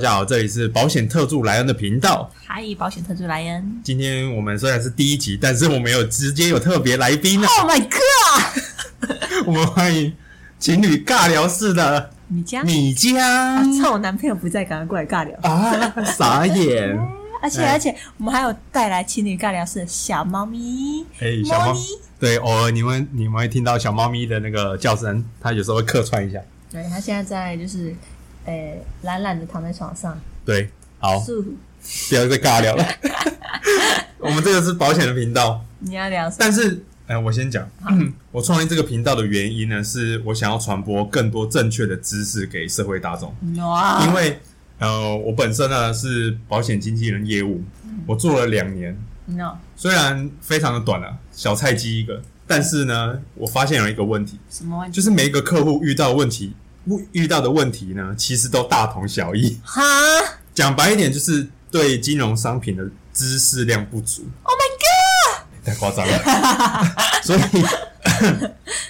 家好，这里是保险特助莱恩的频道。嗨，保险特助莱恩。今天我们虽然是第一集，但是我们有直接有特别来宾呢、 Oh my god！我们欢迎情侣尬聊式的你家米啊江趁我男朋友不在，赶快过来尬聊。啊，傻 眼！而且哎而且，我们还有带来情侣尬聊室的小猫咪，哎、小猫猫咪，对，偶尔你们你们会听到小猫咪的那个叫声，它有时候会客串一下。对，它现在在就是，呃，懒懒的躺在床上，对，好，是不要再尬聊 了。我们这个是保险的频道，你要聊什么？但是，哎、我先讲，我创立这个频道的原因呢，是我想要传播更多正确的知识给社会大众。哇因为，呃，我本身呢是保险经纪人业务，我做了两年， ，no，虽然非常的短啊，小菜鸡一个，但是呢，我发现有一个问题，什么问题？就是每一个客户遇到的问题，遇到的问题呢，其实都大同小异。哈，Oh 讲白一点，就是对金融商品的知识量不足。？Oh my god！太夸张了。 所以，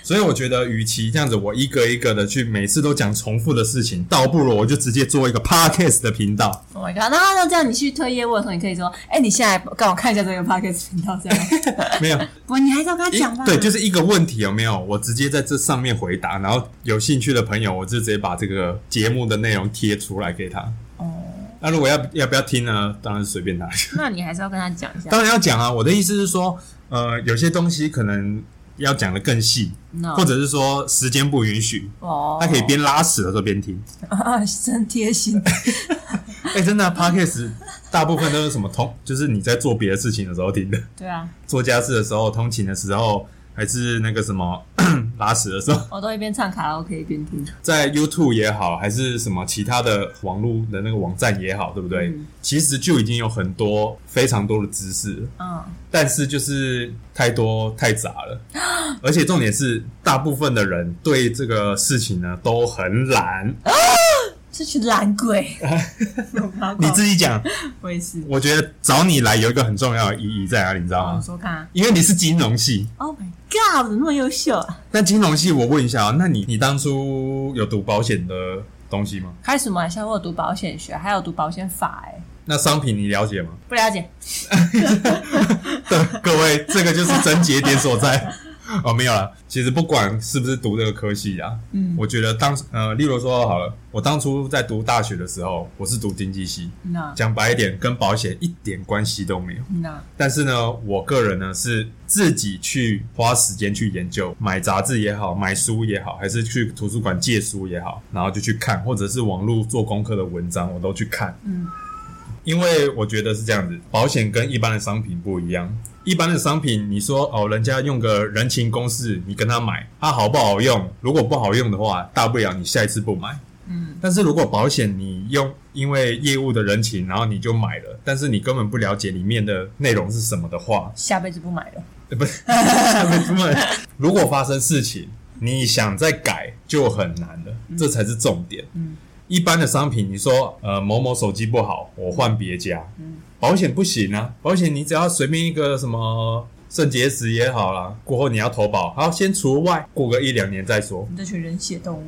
所以 我觉得，与其这样子，我一个一个的去，每次都讲重复的事情，倒不如我就直接做一个 podcast 的频道。 Oh my god！那那这样你去推业务的时候，你可以说：“哎、你现在刚好看一下这个 podcast 频道，这样。没 有，”不，你还是要跟他一讲吧。对，就是一个问题有没有？我直接在这上面回答，然后有兴趣的朋友，我就直接把这个节目的内容贴出来给他。哦，那如果要要不要听呢？当然是随便 他。那你还是要跟他讲一下。当然要讲啊，我的意思是说，呃，有些东西可能要讲的更细， No，或者是说时间不允许，哦，他可以边拉屎的时候边听。啊，真贴心。 哎、真的、啊、，podcast 大部分都是什么通，就是你在做别的事情的时候听的，对啊，做家事的时候、通勤的时候，还是那个什么 拉屎的时候，我都一边唱卡拉 OK 一边听。在 YouTube 也好，还是什么其他的网络的那个网站也好，对不对？嗯其实就已经有很多非常多的知识了，嗯，但是就是太多太杂了，而且重点是，大部分的人对这个事情呢都很懒。这群懒 鬼。你自己讲，我也是。我觉得找你来有一个很重要的意义在哪里，你知道哦，吗你？说看啊。因为你是金融系， Oh my god！怎么那么优秀啊？那金融系我问一下啊，那你你当初有读保险的东西吗？开什么玩笑？我有读保险学，还有读保险法、哎，那商品你了解吗？ 不了解。对，各位，这个就是症结点所在。 哦，没有啦，其实不管是不是读这个科系啊，嗯我觉得当呃，例如说好了，我当初在读大学的时候，我是读经济系，那讲白一点，跟保险一点关系都没有。那但是呢，我个人呢是自己去花时间去研究，买杂志也好，买书也好，还是去图书馆借书也好，然后就去看，或者是网络做功课的文章，我都去看。嗯，因为我觉得是这样子，保险跟一般的商品不一样。一般的商品，你说哦，人家用个人情公式，你跟他买，它好不好用？如果不好用的话，大不了你下一次不买。嗯，但是如果保险你用因为业务的人情，然后你就买了，但是你根本不了解里面的内容是什么的话，下辈子不买了。呃不 是他们他们如果发生事情，你想再改就很难了，这才是重点。嗯一般的商品，你说呃某某手机不好，我换别家，嗯保险不行啊，保险你只要随便一个什么。肾结石也好啦，过后你要投保，好先除外，过个一两年再说。你这群人血动物。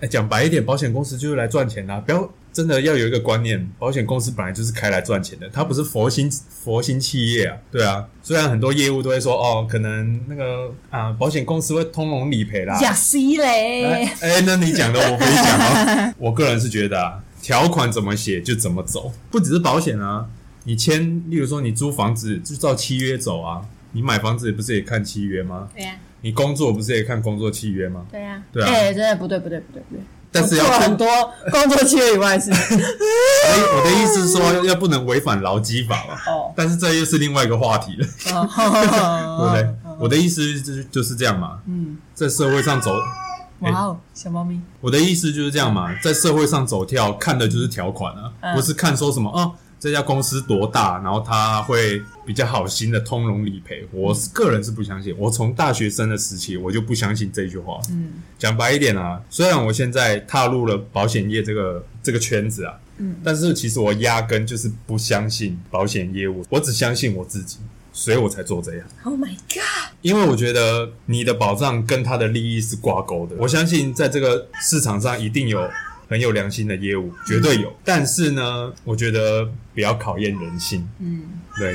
哎，讲白一点，保险公司就是来赚钱的啊、不要真的要有一个观念，保险公司本来就是开来赚钱的，它不是佛心佛心企业啊，对啊。虽然很多业务都会说哦，可能那个啊，保险公司会通融理赔啦。假死哎嘞！哎，那你讲的我没讲哦。我个人是觉得啊，条款怎么写就怎么走，不只是保险啊，你签，例如说你租房子就照契约走啊，你买房子不是也看契约吗？对呀、你工作不是也看工作契约吗？对呀、对啊哎、真的不对，不对，不对，不对。但是要我做了很多工作契约以 外的事所情。以我的意思是说，要不能违反劳基法嘛。哦，但是这又是另外一个话题了，对不哦对？我的意思就是就是这样嘛，嗯，在社会上走，哎哇哦，小猫咪，我的意思就是这样嘛，在社会上走跳看的就是条款啊，嗯不是看说什么哦，这家公司多大，然后他会比较好心的通融理赔。我嗯是个人是不相信，我从大学生的时期我就不相信这句话。嗯讲白一点啊，虽然我现在踏入了保险业这个这个圈子啊，嗯，但是其实我压根就是不相信保险业务，我只相信我自己，所以我才做这样。 ，Oh my god，因为我觉得你的保障跟他的利益是挂钩的，我相信在这个市场上一定有很有良心的业务，绝对嗯有。但是呢，我觉得比较考验人性，嗯，对。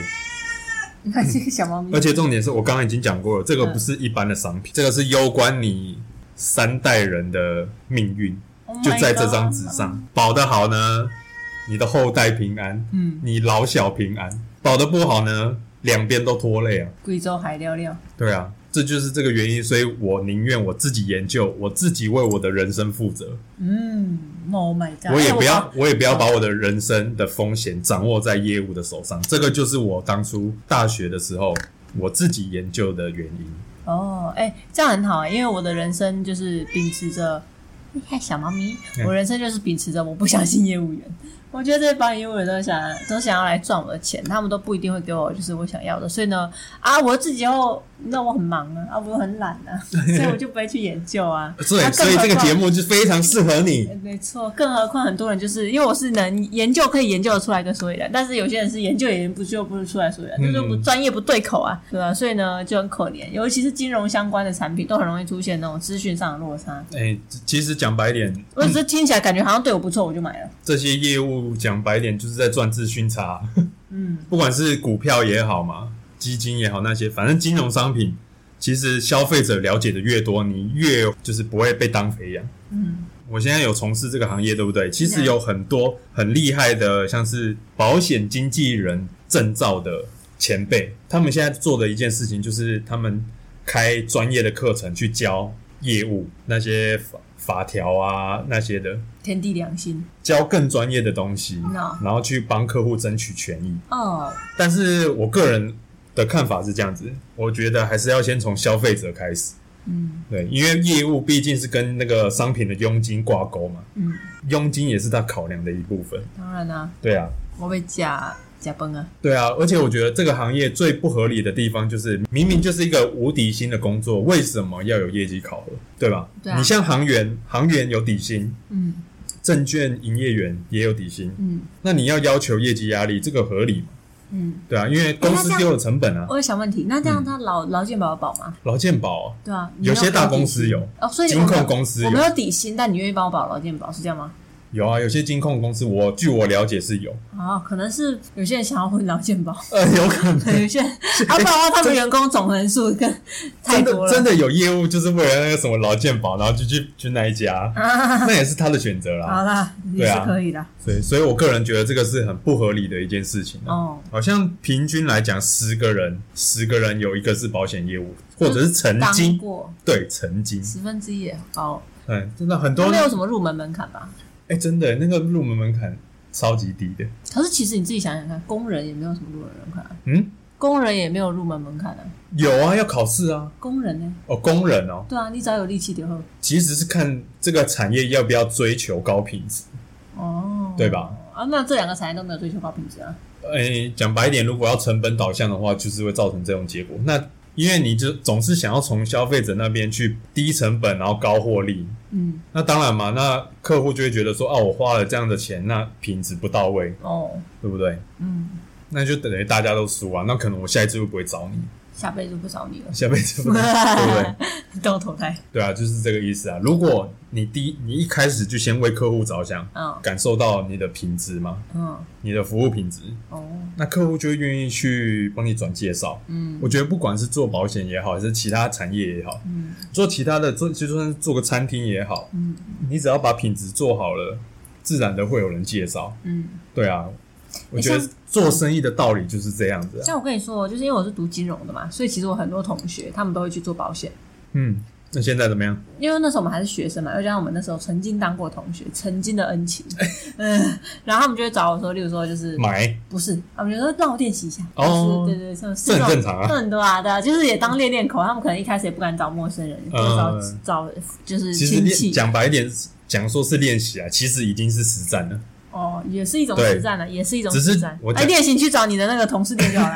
你看这个小猫咪，而且重点是我刚刚已经讲过了，这个不是一般的商嗯品，这个是攸关你三代人的命运， Oh my 就在这张 God 纸上。保得好呢，你的后代平安；嗯，你老小平安；保得不好呢，两边都拖累啊。贵州海料料，对啊，这就是这个原因，所以我宁愿我自己研究，我自己为我的人生负责，嗯，Oh my god，我也哎不要，啊我也不要把我的人生的风险掌握在业务的手上。这个就是我当初大学的时候我自己研究的原因。哦，哎、这样很好、啊，因为我的人生就是秉持着，你看小猫咪，嗯，我人生就是秉持着我不相信业务员，我觉得这帮业务员都想都想要来赚我的钱，他们都不一定会给我就是我想要的，所以呢，啊，我自己又那我很忙啊，啊，我很懒啊，所以我就不会去研究啊所以，啊所以这个节。目就非常适合你更何况。没错，更何况很多人就是因为我是能研究可以研究得出来跟所以然，但是有些人是研究也研不就不出来所以然，嗯就是不专业不对口啊，对啊？所以呢就很可怜，尤其是金融相关的产品都很容易出现那种资讯上的落差。哎、其实讲白一点，我只是听起来感觉好像对我不错，我就买了。这些业务讲白一点就是在赚资讯差， 嗯，不管是股票也好嘛，基金也好，那些反正金融商品，其实消费者了解的越多，你越就是不会被当肥羊。嗯，我现在有从事这个行业，对不对？其实有很多很厉害的，像是保险经纪人证照的前辈，他们现在做的一件事情就是他们开专业的课程去教业务那些法法条啊那些的，天地良心。教更专业的东西 No 然后去帮客户争取权益。哦，但是我个人的看法是这样子，我觉得还是要先从消费者开始，嗯对，因为业务毕竟是跟那个商品的佣金挂钩嘛，嗯，佣金也是他考量的一部分。当然啦、对啊，我被假假崩啊。对啊，而且我觉得这个行业最不合理的地方就是，明明就是一个无底薪的工作，为什么要有业绩考核，对吧？对啊你像行员，行员有底薪，嗯证券营业员也有底薪，嗯那你要要求业绩压力，这个合理吗？嗯，对啊，因为公司那这样给我的成本啊，我有想问题，那这样嗯他劳劳健保有保吗？劳健保啊、对啊，你有没些大保底公司薪有哦，所以金我没控有公司有我没，有底薪，但你愿意帮我保劳健保是这样吗？有啊，有些金控公司我据我了解是 有，啊，可能是有些人想要混劳健保， 呃，有可能。有些人啊，不然的话他们员工总人数跟太哎真多的了，真的有业务，就是为了那个什么劳健保，然后就去去那一家，啊，那也是他的选择啦。 好啦，也对啊是可以的所以，所以我个人觉得这个是很不合理的一件事情、啊。哦。好像平均来讲，十个人，十个人有一个是保险业务，或者是曾当经过对曾经，十分之一也高，嗯，真的很都多没，有什么入门门槛吧？哎，真的那个入门门槛超级低的，可是其实你自己想想看，工人也没有什么入门门槛、啊，嗯，工人也没有入门门槛啊。有啊，要考试啊，工人呢？哦，工人哦，对啊，你只要有力气就会。其实是看这个产业要不要追求高品质。哦，对吧？啊，那这两个产业都没有追求高品质啊。诶，哎讲白一点，如果要成本导向的话，就是会造成这种结果。那因为你就总是想要从消费者那边去低成本，然后高获利。嗯，那当然嘛，那客户就会觉得说，啊，我花了这样的钱，那品质不到位，哦，对不对？嗯，那就等于大家都输啊。那可能我下一次会不会找你？下辈子不找你了，下辈子 不对不对？等我投胎。对啊，就是这个意思啊。如果你第一你一开始就先为客户着想，嗯感受到你的品质嘛，嗯你的服务品质，哦那客户就会愿意去帮你转介绍。嗯我觉得不管是做保险也好，还是其他产业也好，嗯做其他的做就算是做个餐厅也好，嗯你只要把品质做好了，自然的会有人介绍。嗯。对啊，我觉哎像得做生意的道理就是这样子、啊。像我跟你说，就是因为我是读金融的嘛，所以其实我很多同学他们都会去做保险，嗯，那现在怎么样？因为那时候我们还是学生嘛，又加上我们那时候曾经当过同 学，曾经的恩情，嗯，然后他们就会找我说，例如说就是买不是，他们就说让我练习一下，哦就是对对，对这很是种正常啊。很多啊，对啊，就是也当练练口，他们可能一开始也不敢找陌生人，就找嗯找就是其实亲练戚，讲白一点，讲说是练习啊，其实已经是实战了。哦，也是一种对实战的，也是一种只是实战我，讲哎，练习去找你 的那个同事练就好了，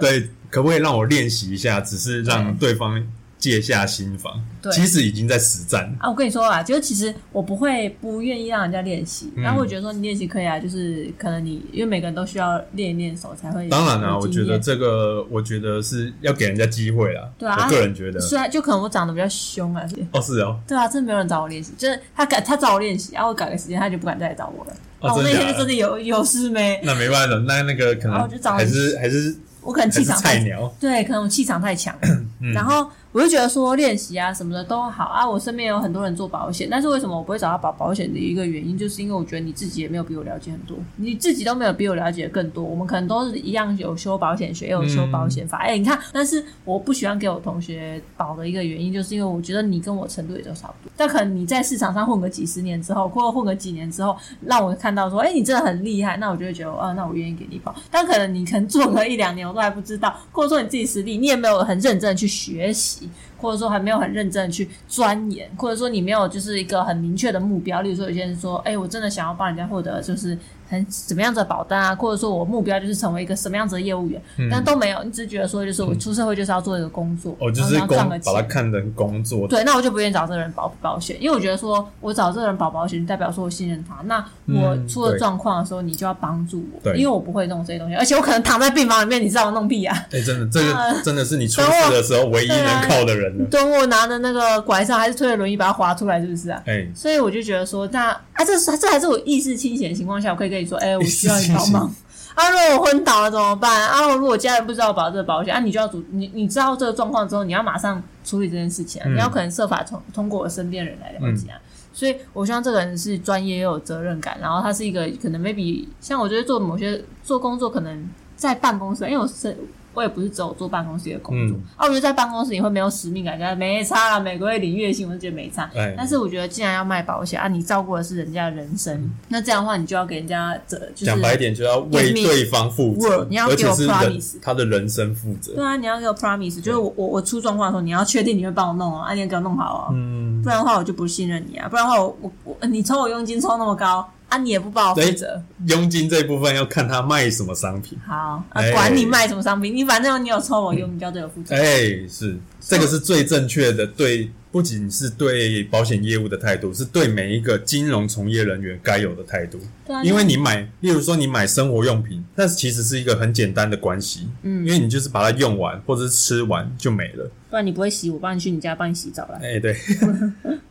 对，可不可以让我练习一下？只是让对方卸下心防，对其实已经在实战。啊，我跟你说啊，就是其实我不会不愿意让人家练习，嗯然后我觉得说你练习可以啊，就是可能你因为每个人都需要练一练手才会有当然啦、啊有我经觉得验这个，我觉得是要给人家机会啦。对啊我个人觉得，虽然就可能我长得比较凶啊，是哦是哦，对啊，真的没有人找我练习，就是他改他找我练习，然后我改个时间他就不敢再来找我了。哦啊我那真的假的天就真的有有事没，那没办法，那那个可然能后哦就找还是还是我可还能气是场菜太鸟。对，可能我气场太强了。嗯然后我就觉得说练习啊什么的都好啊，我身边有很多人做保险，但是为什么我不会找到保保险的一个原因，就是因为我觉得你自己也没有比我了解很多，你自己都没有比我了解更多。我们可能都是一样有修保险学，也有修保险法，哎、你看，但是我不喜欢给我同学保的一个原因，就是因为我觉得你跟我程度也都差不多。但可能你在市场上混个几十年之后，或者混个几年之后，让我看到说，哎、你真的很厉害，那我就会觉得，啊，那我愿意给你保。但可能你可能做个一两年，我都还不知道，或者说你自己实力，你也没有很认真的去学习，或者说还没有很认真的去钻研，或者说你没有就是一个很明确的目标。例如说，有些人说，哎、我真的想要帮人家获得就是很怎么样子的保单啊，或者说我目标就是成为一个什么样子的业务员，嗯但都没有，你只是觉得说，就是我出社会就是要做一个工作，我哦就然后是要工赚个把它钱。看成工作，对，那我就不愿意找这个人保保险，因为我觉得说我找这个人保保险，代表说我信任他。那我嗯出了对状况的时候，你就要帮助我，对因为我不会弄这些东西，而且我可能躺在病房里面，你知道我弄屁啊！哎、真的，这啊个真的是你出事的时候唯一对啊能靠的人了。等我拿着那个拐杖，还是推着轮椅把它滑出来，是不是啊？哎、所以我就觉得说，那啊，这是这还是我意识清醒的情况下，我可以跟你说，哎、我需要你帮忙。啊，如果我昏倒了怎么办？啊，如果我家人不知道保这个保险，啊，你就要主你你知道这个状况之后，你要马上处理这件事情、啊，嗯你要可能设法通通过我身边人来了解啊。所以我希望这个人是专业又有责任感，然后他是一个可能 maybe 像我觉得做某些做工作可能在办公室，因为我是我也不是只有做办公室的工作，嗯啊，我觉得在办公室你会没有使命感，觉得没差啦，每个月领月薪，我就觉得没差。哎，但是我觉得，既然要卖保险啊，你照顾的是人家的人生，那这样的话，你就要给人家责，就嗯讲白一是点，就要为 give me 对方负 word，责，你要而给且我是人 promise 他的人生负责。对啊，你要给我 promise，就是我我我出状况的时候，你要确定你会帮我弄哦，啊，你要给我弄好哦，嗯，不然的话我就不信任你啊，不然的话我我我你抽我佣金抽那么高啊，你也不帮我哎负责，佣金这部分要看他卖什么商品。好，啊哎，管你卖什么商品，你反正你有抽我佣，你就要对我负责哎、。是这个是最正确的，对，不仅是对保险业务的态度，是对每一个金融从业人员该有的态度。对啊，因为你买，例如说你买生活用品，但是其实是一个很简单的关系，嗯因为你就是把它用完或者是吃完就没了。不然你不会洗，我帮你去你家帮你洗澡啦。哎、对。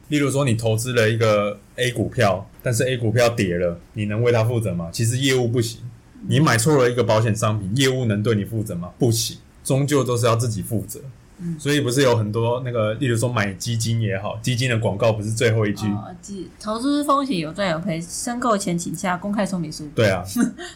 例如说，你投资了一个 A 股票，但是 A 股票跌了，你能为它负责吗？其实业务不行。你买错了一个保险商品，业务能对你负责吗？不行，终究都是要自己负责。嗯所以不是有很多那个，例如说买基金也好，基金的广告不是最后一句，哦，记投资风险有赚有赔，申购前请下公开说明书。对啊，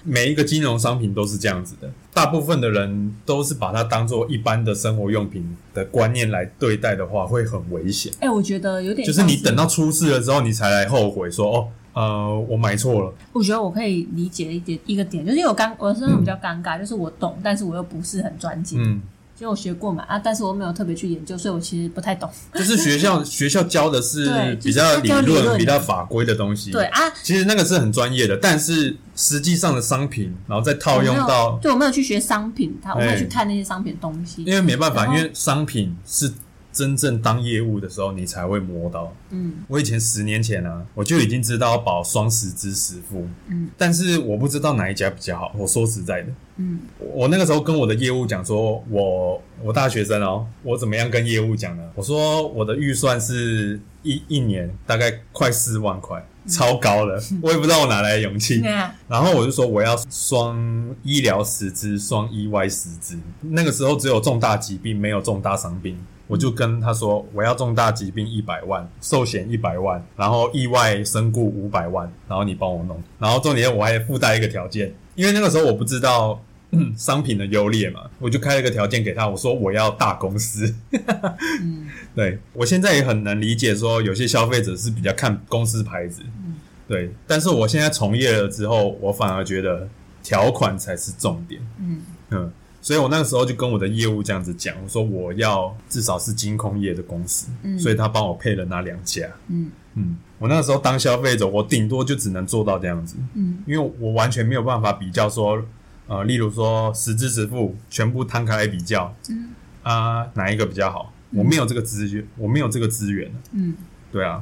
每一个金融商品都是这样子的。大部分的人都是把它当做一般的生活用品的观念来对待的话，会很危险。哎、我觉得有点就是你像等到出事了之后，你才来后悔说哦，呃，我买错了。我觉得我可以理解一点一个点，就是因为我尴，我是那种比较尴尬，就是我懂，但是我又不是很专精，嗯，就我学过嘛啊，但是我没有特别去研究，所以我其实不太懂。就是学 校学校教的对是比就是较理教理论论、比较法规的东西。对，啊，其实那个是很专业的，但是实际上的商品，然后再我套没用有到，对我没有去学商品，他我没有哎去看那些商品的东西因。为没办然法，后因为商品是真正当业务的时候，你才会摸到。嗯，我以前十年前啊，我就已经知道要保双十之十付，嗯，但是我不知道哪一家比较好。我说实在的，嗯，我我那个时候跟我的业务讲说，我我大学生哦，我怎么样跟业务讲呢？我说我的预算是一一年大概快四万块，超高了，我也不知道我哪来的勇气对。啊，然后我就说我要双医疗十支，双意外十支。那个时候只有重大疾病，没有重大伤病。我就跟他说我要重大疾病一百万，寿险一百万，然后意外身故五百万，然后你帮我弄。然后重点我还附带一个条件，因为那个时候我不知道。嗯商品的优劣嘛，我就开了一个条件给他，我说我要大公司，嗯，对我现在也很能理解，说有些消费者是比较看公司牌子，嗯对。但是我现在从业了之后，我反而觉得条款才是重点，嗯，嗯。所以我那个时候就跟我的业务这样子讲，我说我要至少是金控业的公司，嗯所以他帮我配了那两家，嗯，嗯。我那个时候当消费者，我顶多就只能做到这样子，嗯，因为我完全没有办法比较说，呃，例如说实支实付全部摊开来比较，嗯啊、哪一个比较好？我没有这个资源，我没有这个资源，嗯对啊，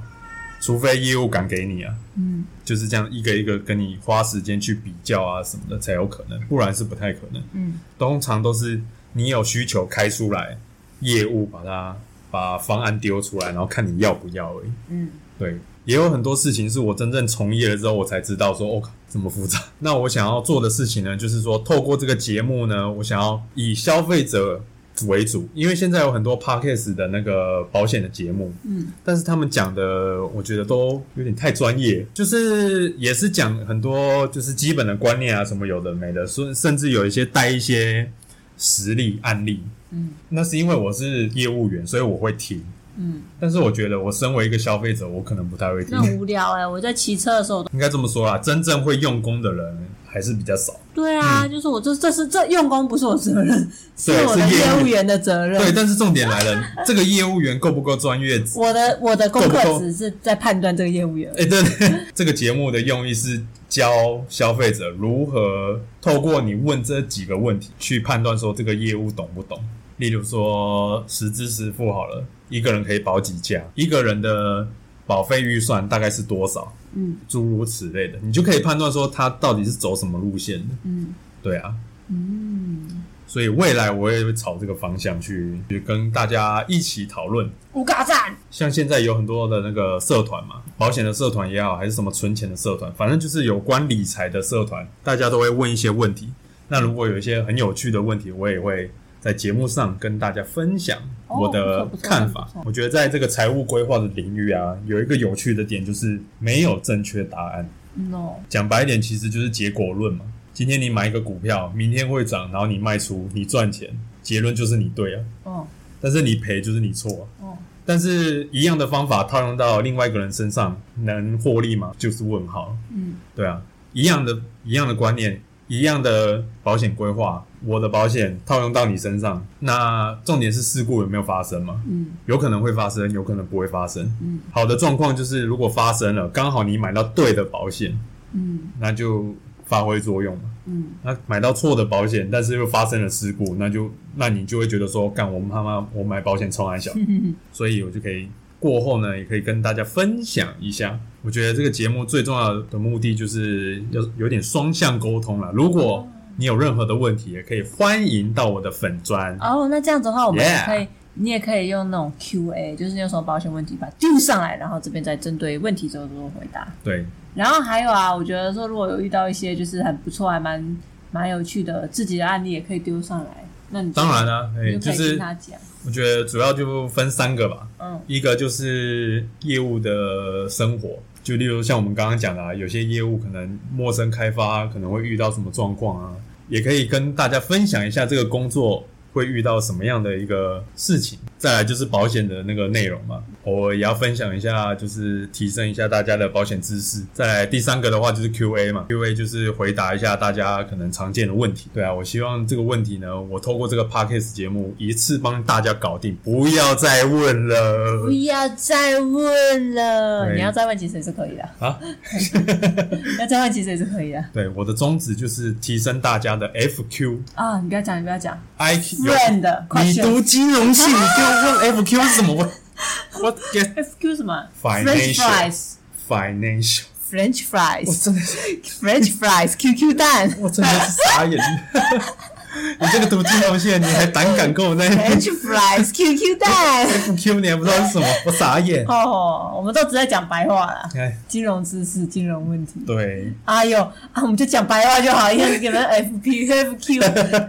除非业务敢给你啊，嗯就是这样一个一个跟你花时间去比较啊什么的才有可能，不然是不太可能。嗯通常都是你有需求开出来，业务把它把方案丢出来，然后看你要不要而已。嗯，对，也有很多事情是我真正从业了之后，我才知道说，哦，靠这么复杂。 那我想要做的事情呢，就是说，透过这个节目呢，我想要以消费者为主，因为现在有很多 podcast 的那个保险的节目，嗯，但是他们讲的，我觉得都有点太专业，就是也是讲很多就是基本的观念啊，什么有的没的，甚甚至有一些带一些实例案例。嗯，那是因为我是业务员，所以我会听。嗯，但是我觉得，我身为一个消费者，我可能不太会听那。很无聊哎、我在骑车的时候我都，应该这么说啦，真正会用功的人还是比较少。对啊，就是我这这是这用工不是我责任， 是嗯对我的是业务业务员的责任。对，但是重点来了， 这个业务员够不够专业？我的我的功够不够课只是在判断这个业务员，哎，对对，这个 节目的用意是教消费者如何透过你问这几个问题去判断说这个业务懂不懂。例如说实支实付好了，一个人可以保几家，一个人的保费预算大概是多少，嗯诸如此类的，你就可以判断说他到底是走什么路线的。嗯对啊，嗯，所以未来我也会朝这个方向去，去跟大家一起讨论。五嘎赞，像现在有很多的那个社团嘛，保险的社团也好，还是什么存钱的社团，反正就是有关理财的社团，大家都会问一些问题。那如果有一些很有趣的问题，我也会在节目上跟大家分享哦我的不错不错看法。不错我觉得在这个财务规划的领域啊，有一个有趣的点就是没有正确答案。 no，讲白一点，其实就是结果论嘛。今天你买一个股票，明天会涨，然后你卖出，你赚钱，结论就是你对啊，哦但是你赔就是你错啊、哦，但是一样的方法套用到另外一个人身上，能获利吗？就是问号。嗯对啊，一样的，一样的观念，一样的保险规划，我的保险套用到你身上，那重点是事故有没有发生嘛？嗯有可能会发生，有可能不会发生。嗯好的状况就是，如果发生了，刚好你买到对的保险，嗯那就发挥作用嘛。嗯 那买到错的保险，但是又发生了事故，那就那你就会觉得说，干我妈妈我买保险超安小，嗯，所以我就可以过后呢，也可以跟大家分享一下。我觉得这个节目最重要的目的就是要有点双向沟通了。如果你有任何的问题，也可以欢迎到我的粉砖。哦，那这样子的话，我们也 Yeah 可以。你也可以用那种 Q&A，就是你有什么保险问题，把它丢上来，然后这边再针对问题做做回答。对，然后还有啊，我觉得说如果有遇到一些就是很不错、还蛮蛮有趣的自己的案例，也可以丢上来。那你就当然啦、哎、你就就可以是跟他讲，我觉得主要就分三个吧。嗯一个就是业务的生活，就例如像我们刚刚讲的、啊，有些业务可能陌生开发啊可能会遇到什么状况啊，也可以跟大家分享一下这个工作会遇到什么样的一个事情。再来就是保险的那个内容嘛，偶尔也要分享一下，就是提升一下大家的保险知识。再来第三个的话就是 Q&A 嘛，Q&A 就是回答一下大家可能常见的问题。对啊，我希望这个问题呢，我透过这个 Podcast 节目一次帮大家搞定，不要再问了。不要再问了。对你要再问，其实也是 可以的。啊，要再问，其实也是可以的。对，我的宗旨就是提升大家的 FQ、啊，你不要讲，你不要讲 IQ 有。 ，friend，快你选读金融系，你给我问 FQ 是什么？我我 get FQ 什么 Financial French fries。 financial， French 我 fries, 真的是，French fries, QQ 蛋我真的是傻眼。 你这个读金融系，的，你还胆敢跟我在那边，French fries, QQ 蛋。 FQ，你还不知道是什么？我傻眼。哦，我们都只在讲白话啦，哎，金融知识、金融问题。对，哎呦啊，我们就讲白话就好，因为你们 F P F Q，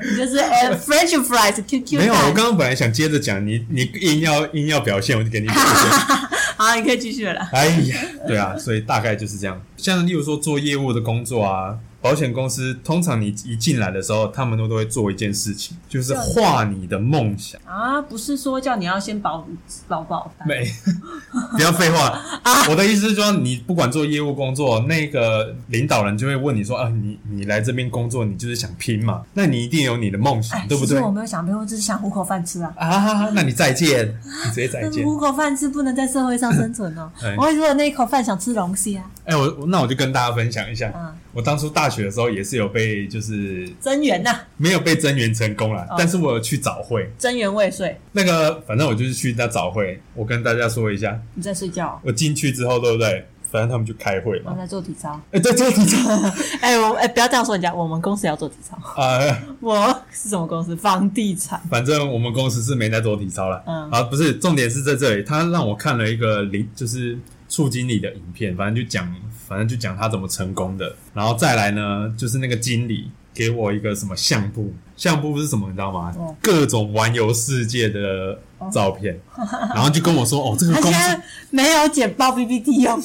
你就是 F French fries Q Q 没有，我蛋。刚刚本来想接着讲，你你硬要硬要表现，我就给你表现。 好，你可以继续了啦。哎呀，对啊，所以大概就是这样。像例如说做业务的工作啊，保险公司通常你一进来的时候，他们都都会做一件事情，就是画你的梦想。啊，不是说叫你要先保保保单？没， 不要废话。啊我的意思是说，你不管做业务工作，那个领导人就会问你说啊，你你来这边工作，你就是想拼嘛？那你一定有你的梦想，哎，对不其对实我？没有想骗，我只是想糊口饭吃啊。啊，那你再见，你直接再但见 是。糊口饭吃不能在社会上生存哦 哎。我为了那一口饭想吃龙虾，哎、我我那我就跟大家分享一下，啊，我当初大学的时候也是有被，就是增援呐、没有被增援成功啦，哦但是我有去早会，增援未遂，那个反正我就是去那早会，我跟大家说一下，你在睡觉哦、我进去之后，对不对？反正他们就开会我嘛，在做体操。哎、对对对对，哎、我哎、不要这样说人家，我们公司也要做体操。啊、我是什么公司？房地产。反正我们公司是没在做体操了。嗯啊，不是，重点是在这里，他让我看了一个零，就是处经理的影片，反正就讲，反正就讲他怎么成功的。然后再来呢，就是那个经理给我一个什么相簿，相簿是什么，你知道吗？哦各种环游世界的照片， 然后就跟我说，哦，这个他公现司在没有剪报 PPT 用，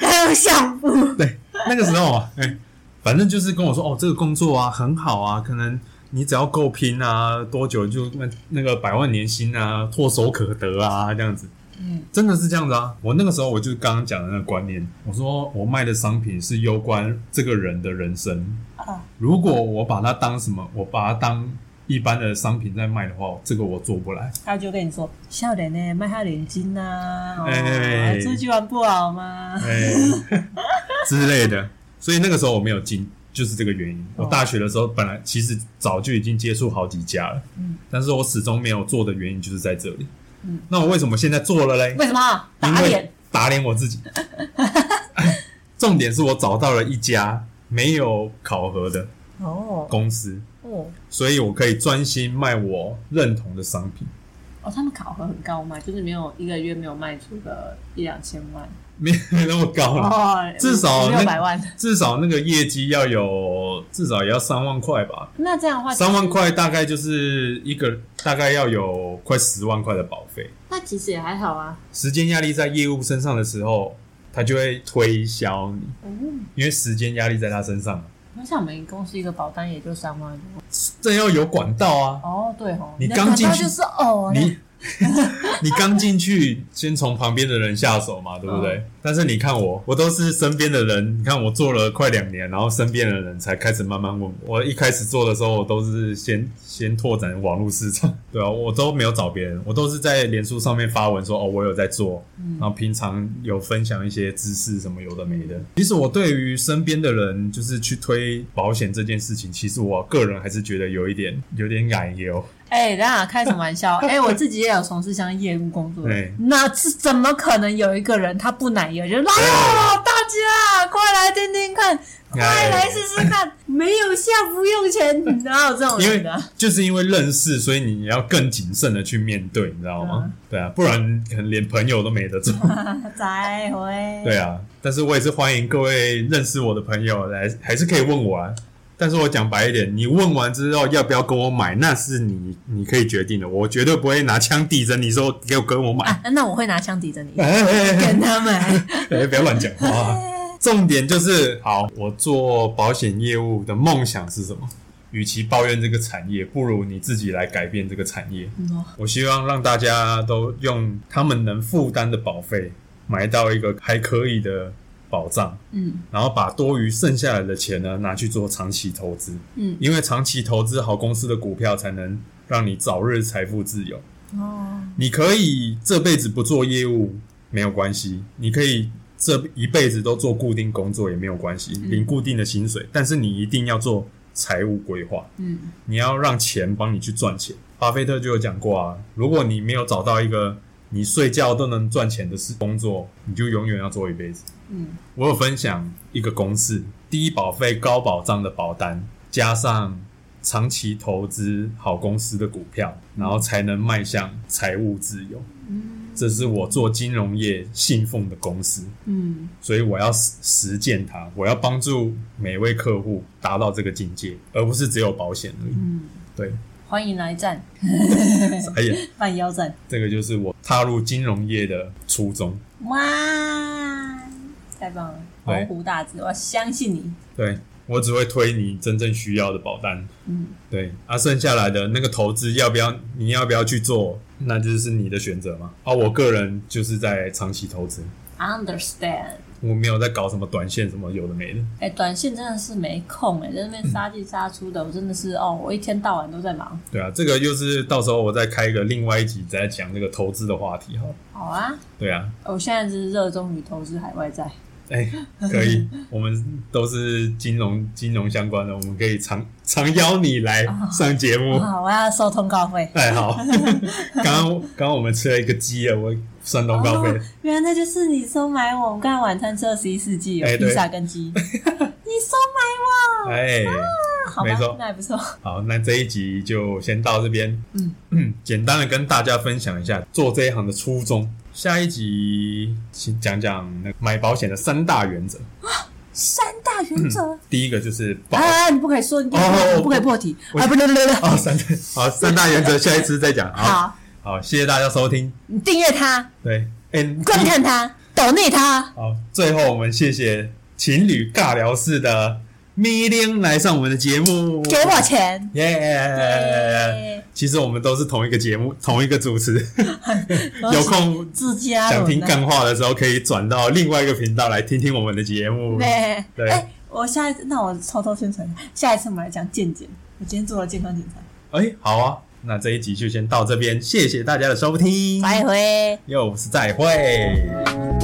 他用相簿。对，那个时候啊，哎、反正就是跟我说，哦，这个工作啊很好啊，可能你只要够拼啊，多久就那那个百万年薪啊，唾手可得啊，这样子。嗯，真的是这样子啊！我那个时候我就刚刚讲的那个观念，我说我卖的商品是攸关这个人的人生。啊，如果我把它当什么，我把它当一般的商品在卖的话，这个我做不来。他就跟你说，笑脸呢，卖下脸筋呐、哦哎出去玩不好吗？哎、之类的。所以那个时候我没有进，就是这个原因。我哦大学的时候本来其实早就已经接触好几家了，嗯但是我始终没有做的原因就是在这里。嗯那我为什么现在做了嘞？为什么打哎因脸为？打脸我自 己。重点是我找到了一家没有考核的哦公司，哦所以我可以专心卖我认同的商品。哦，他们考核很高嘛，就是没有一个月没有卖出个一两千万没没那么高了，哦，至少五那六百万。至少那个业绩要有至少也要三万块吧。那这样的话，三万，块大概就是一个大概要有快十万块的保费。那其实也还好啊。时间压力在业务身上的时候，他就会推销你，嗯，因为时间压力在他身上嘛。我想我们公司一个保单也就三万多。这要有管道啊！哦，对哦，你的刚广进告去就是哦，你 你刚进去，先从旁边的人下手嘛，对不哦对？但是你看我，我都是身边的人，你看我做了快两年，然后身边的人才开始慢慢问我。我一开始做的时候，我都是先先拓展网络市场， 对啊，我都没有找别人，我都是在脸书上面发文说哦，我有在做，嗯然后平常有分享一些知识什么有的没的。其实我对于身边的人就是去推保险这件事情，其实我个人还是觉得有一点有点矮油。哎、等一下开什么 玩笑？哎、我自己也有从事像业务工作的对，那是怎么可能有一个人他不奶油？就来哦，大家快来听听看，哎快来试试 看，没有下不用钱，哪有这种因人为的、啊？就是因为认识，所以你要更谨慎的去面对，你知道吗？嗯对啊，不然可能连朋友都没得做。再会。 对啊，但是我也是欢迎各位认识我的朋友来，还是可以问我啊。但是我讲白一点，你问完之后要不要跟我买，那是你你可以决定的，我绝对不会拿枪抵着你说给我跟我买。啊，那我会拿枪抵着你，哎 哎哎跟他们。 哎，不要乱讲话 啊。重点就是，好，我做保险业务的梦想是什么？与其抱怨这个产业，不如你自己来改变这个产业。嗯我希望让大家都用他们能负担的保费买到一个还可以的保障，嗯然后把多余剩下来的钱呢拿去做长期投资，嗯因为长期投资好公司的股票才能让你早日财富自由。哦，你可以这辈子不做业务没有关系，你可以这一辈子都做固定工作也没有关系，嗯领固定的薪水，但是你一定要做财务规划。嗯你要让钱帮你去赚钱。巴菲特就有讲过啊，如果你没有找到一个你睡觉都能赚钱的事工作，你就永远要做一辈子。嗯，我有分享一个公式：低保费、高保障的保单，加上长期投资好公司的股票，然后才能迈向财务自由。嗯这是我做金融业信奉的公司，嗯所以我要实实践它，我要帮助每位客户达到这个境界，而不是只有保险而已。嗯，对，欢迎来战，哎呀，半腰战。这个就是我踏入金融业的初衷。哇，太棒了！对鸿鹄大志，我相信你。对我只会推你真正需要的保单，嗯，对啊，剩下来的那个投资要不要，你要不要去做，那就是你的选择嘛。啊，我个人就是在长期投资， understand。我没有在搞什么短线什么有的没的。哎、短线真的是没空哎、在那边杀进杀出的，我真的是哦，我一天到晚都在忙。对啊，这个又是到时候我再开一个另外一集再讲这个投资的话题哈。好啊，对啊，我现在是热衷于投资海外债，哎、可以，我们都是金融金融相关的，我们可以常常邀你来上节 目。啊，我要收通告费。哎，好， 刚刚刚刚我们吃了一个鸡啊，我算通告费哦。原来那就是你收买我。我们刚才晚餐吃二十一世纪有哎对披萨 跟鸡，你收买我，哎，好啊没吧错，那还不错。好，那这一集就先到这边。嗯嗯， 简单的跟大家分享一下做这一行的初衷。下一集先讲讲那个买保险的三大原则。三大原则第一个就是保啊，你不可以说，你不可以嗯哦破我题不可以破题我啊！不对不对不哦，对，三好三大原则，下一次再讲。好，好，好，谢谢大家收听。你订阅他，对，哎、观看他，抖内他，好，最后我们谢谢情侣尬聊室的咪玲来上我们的节目，给我钱。耶、耶其实我们都是同一个节目，同一个主持。有空自家人想啊听干话的时候，可以转到另外一个频道来听听我们的节目。对对哎，我下一次，那我偷偷宣传一下，下一次我们来讲健检。我今天做了健康检查，哎、好啊，那这一集就先到这边，谢谢大家的收听，拜回。又是再会。